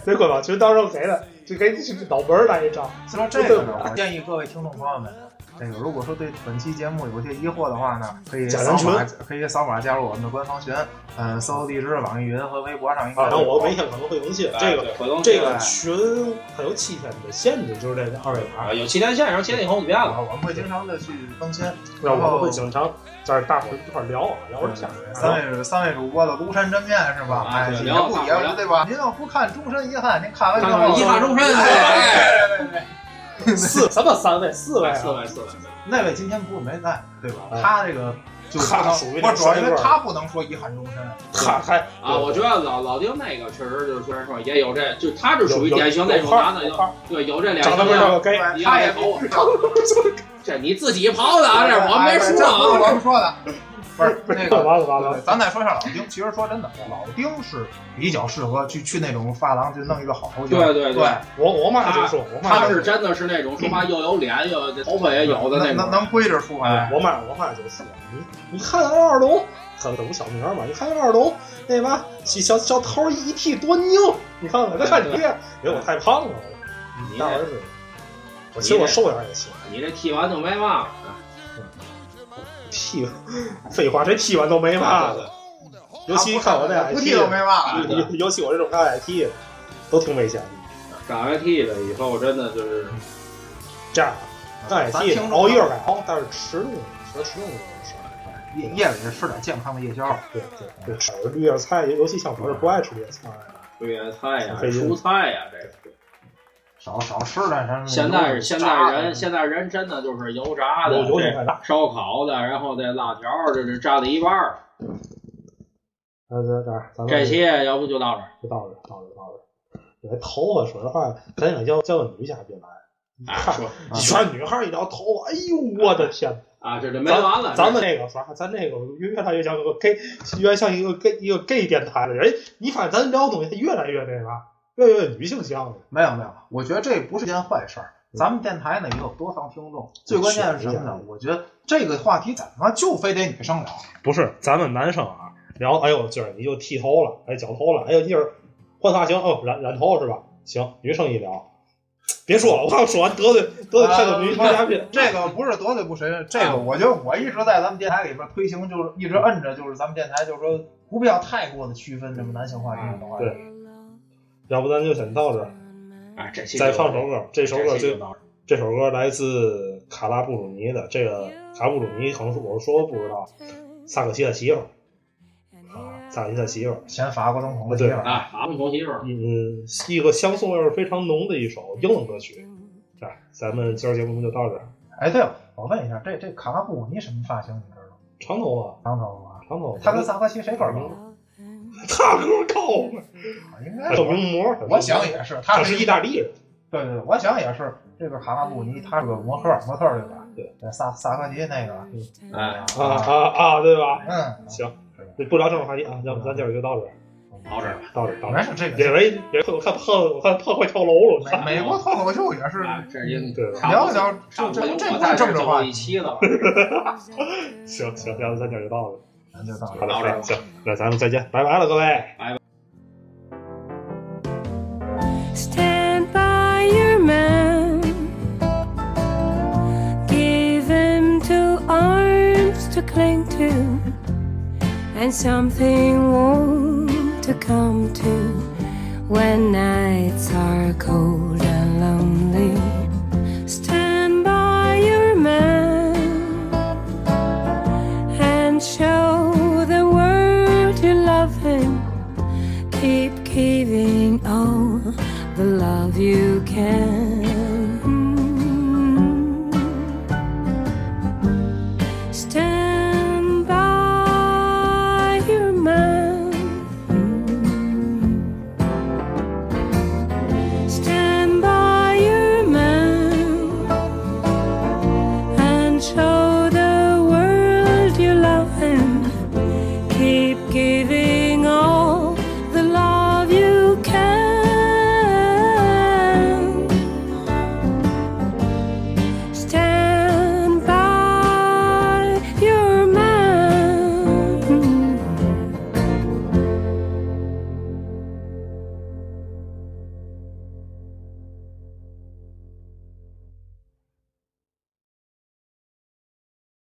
S2: 这官方群到时候给了，就给脑门儿来一张。
S4: 啊
S3: 所以说这个呢，我建议各位听众朋友们，这个如果说对本期节目有些疑惑的话呢，可以
S2: 贾南
S3: 扫码
S2: 群，
S3: 可以扫码加入我们的官方群，嗯、搜搜荔枝、网易云和微博上应该
S2: 啊，
S3: 有。
S2: 那我没想可能会更新这个。
S4: 回头
S2: 这个群它有七天的限制，就是这个二维
S4: 啊，
S2: 码。
S4: 有七天线，然后七天以后我们变了。
S3: 啊我们会经常的去更新。
S2: 那我们会经常在大伙儿一块儿聊啊，聊点下回。
S3: 三位三位主播的庐山真面是吧？
S4: 啊
S3: 哎，
S4: 对
S3: 也
S4: 聊
S3: 不
S4: 大伙
S3: 也
S4: 儿
S3: 不
S4: 聊
S3: 对吧？您要不看终身遗憾，您看完之
S4: 看看
S3: 后
S4: 遗憾终身
S3: 哎哎对对对
S2: 四什么三位四位啊
S4: 四位四位，
S3: 那位今天不是没在，对吧？
S2: 哎
S3: 他这个就不
S2: 他
S3: 能
S2: 属于
S3: 我主要因
S2: 那
S3: 为
S2: 个
S3: 他不能说遗憾终身，
S2: 他还
S4: 啊，我觉得老老丁那个确实就是虽然说也有这，就他是
S2: 有
S4: 属于典型那种男的，有对有这俩
S2: 长得不
S4: 形象
S2: 像个 gay，
S3: 对
S4: 他也不，这你自己刨的 啊，这我没
S3: 哎这不是
S4: 说
S3: 我
S4: 啊。
S3: 们说的，不是那 个。
S2: 完了完
S3: 对
S2: 了，
S3: 咱再说一下老丁，其实说真的，老丁是比较适合去去那种发廊去弄一个好头型。
S4: 对对
S3: 对
S4: 对，
S2: 我我妈就说，我妈
S4: 他是真的是那种说话又有脸又有头发也有的那
S3: 能能
S4: 种，
S3: 能规着出来。
S2: 我妈我妈就说，你你看看二龙，他他不小名嘛，你看看二龙那吧，小小头一剃多牛，你看看，再看你，因为我太胖了，
S4: 你
S2: 大儿
S4: 这
S2: 子，我其实我瘦点儿也行，
S4: 你这剃完就没嘛了。
S2: 剃，废话，谁剃完都没嘛的，尤其看我这
S3: 不剃都没啊
S2: IT，
S3: 嘛了。
S2: 尤尤其我这种看 IT 的，都挺危险的。
S4: 干完剃了以后，真的就是
S2: 这样，干
S3: 咱
S2: IT
S3: 听啊众
S2: 熬夜感高，但是吃东西，说吃东西没事儿。
S3: 夜夜里吃点健康的夜宵。
S2: 对对对，吃绿叶菜，尤其像我是不爱吃绿叶菜啊的。
S4: 绿叶菜呀、
S2: 可以
S4: 蔬菜呀，这个。
S3: 少少吃点什么。
S4: 现在现在人
S3: 现
S4: 现在人真的就是油炸的、
S2: 有有点
S4: 这
S2: 太大。
S4: 烧烤的，然后这辣条儿这是炸的一半儿。
S2: 那这这儿，咱们
S4: 这期要不就到这儿。
S2: 就到这儿，到这儿，到这儿。这哎头发，说实话，咱想叫叫个女嘉宾来，
S4: 啊，说
S2: 一圈女孩一聊头发，哎呦我的天！
S4: 啊，这这没完了。
S2: 咱们这个说实话，咱这个越越来越像个 gay，越来越像一个 gay 一个 gay 电台了。哎，你发现咱聊的东西越来越那啥，越来越女性向了。
S3: 没有没有，我觉得这不是一件坏事儿。咱们电台呢也有多方听众，最关键嗯是什么呢？我觉得这个话题怎么就非得女生聊？
S2: 不是，咱们男生啊，聊，哎呦，今儿你就剃头了，哎，绞头了，哎呦，今儿换发型，哦，染染头是吧？行，女生一聊，别说了，我怕说完得罪得罪太多女女嘉宾。
S3: 呃 这个不是得罪不谁，这
S2: 啊
S3: 个我觉得我一直在咱们电台里边推行，就是一直摁着，就是咱们电台就是说不必要太过的区分什么男性话题、女性话题。
S2: 嗯对要不咱就先到这
S5: 嗯
S2: 儿，
S4: 啊，这期
S2: 再放首歌。
S4: 这
S2: 这首歌
S4: 期就
S2: 最
S4: 到这儿。
S2: 这首歌来自卡拉布鲁尼的，这个卡布鲁尼可能是我说不知道，萨可西的媳妇儿啊，萨可西的媳妇儿，
S3: 前法国总统的媳妇儿，
S4: 啊，咱们同媳妇儿，
S2: 嗯，一个香颂味儿非常浓的一首英文歌曲。哎，咱们今儿节目就到这儿，
S3: 哎，对了，我问一下，这这卡拉布尼什么发型你知道吗？
S2: 长头发，
S3: 长头发，
S2: 长头发，
S3: 他跟萨科齐谁更高？
S2: 大哥高嘛，
S3: 应该
S2: 他
S3: 是
S2: 是。名模。
S3: 我想也是，他
S2: 他
S3: 是
S2: 是
S3: 一
S2: 意大利人，
S3: 对对，对，我想也是，这个卡拉布尼他是个模特儿，模特儿对吧？呃
S2: 对，
S3: 萨萨科齐那个，
S4: 哎，
S2: 啊啊啊，对吧？
S3: 嗯，
S2: 行，不聊政治话题啊，要不咱今儿就到这儿，
S4: 到这儿吧。
S2: 到这儿，到这
S3: 没
S2: 儿。
S3: 事，这个
S2: 也为也为我看碰我看碰快跳楼了，
S3: 美美国脱口秀也是
S4: 啊，这已经
S2: 嗯对吧？
S4: 差
S3: 聊
S4: 不
S3: 一
S4: 多
S3: 聊，这这这
S4: 我
S3: 不是
S4: 在这
S3: 政
S4: 儿
S3: 治
S4: 最
S3: 话
S4: 后
S3: 题
S4: 一，期了吧。
S2: 行行，要不咱今儿就到这儿，
S3: 咱就到这
S2: 好
S3: 儿。
S2: 了，好了，行，那咱们再见，拜拜了，各位。
S5: Stand by your man. Give him two arms to cling to and something warm to come to when nights are cold and lonely.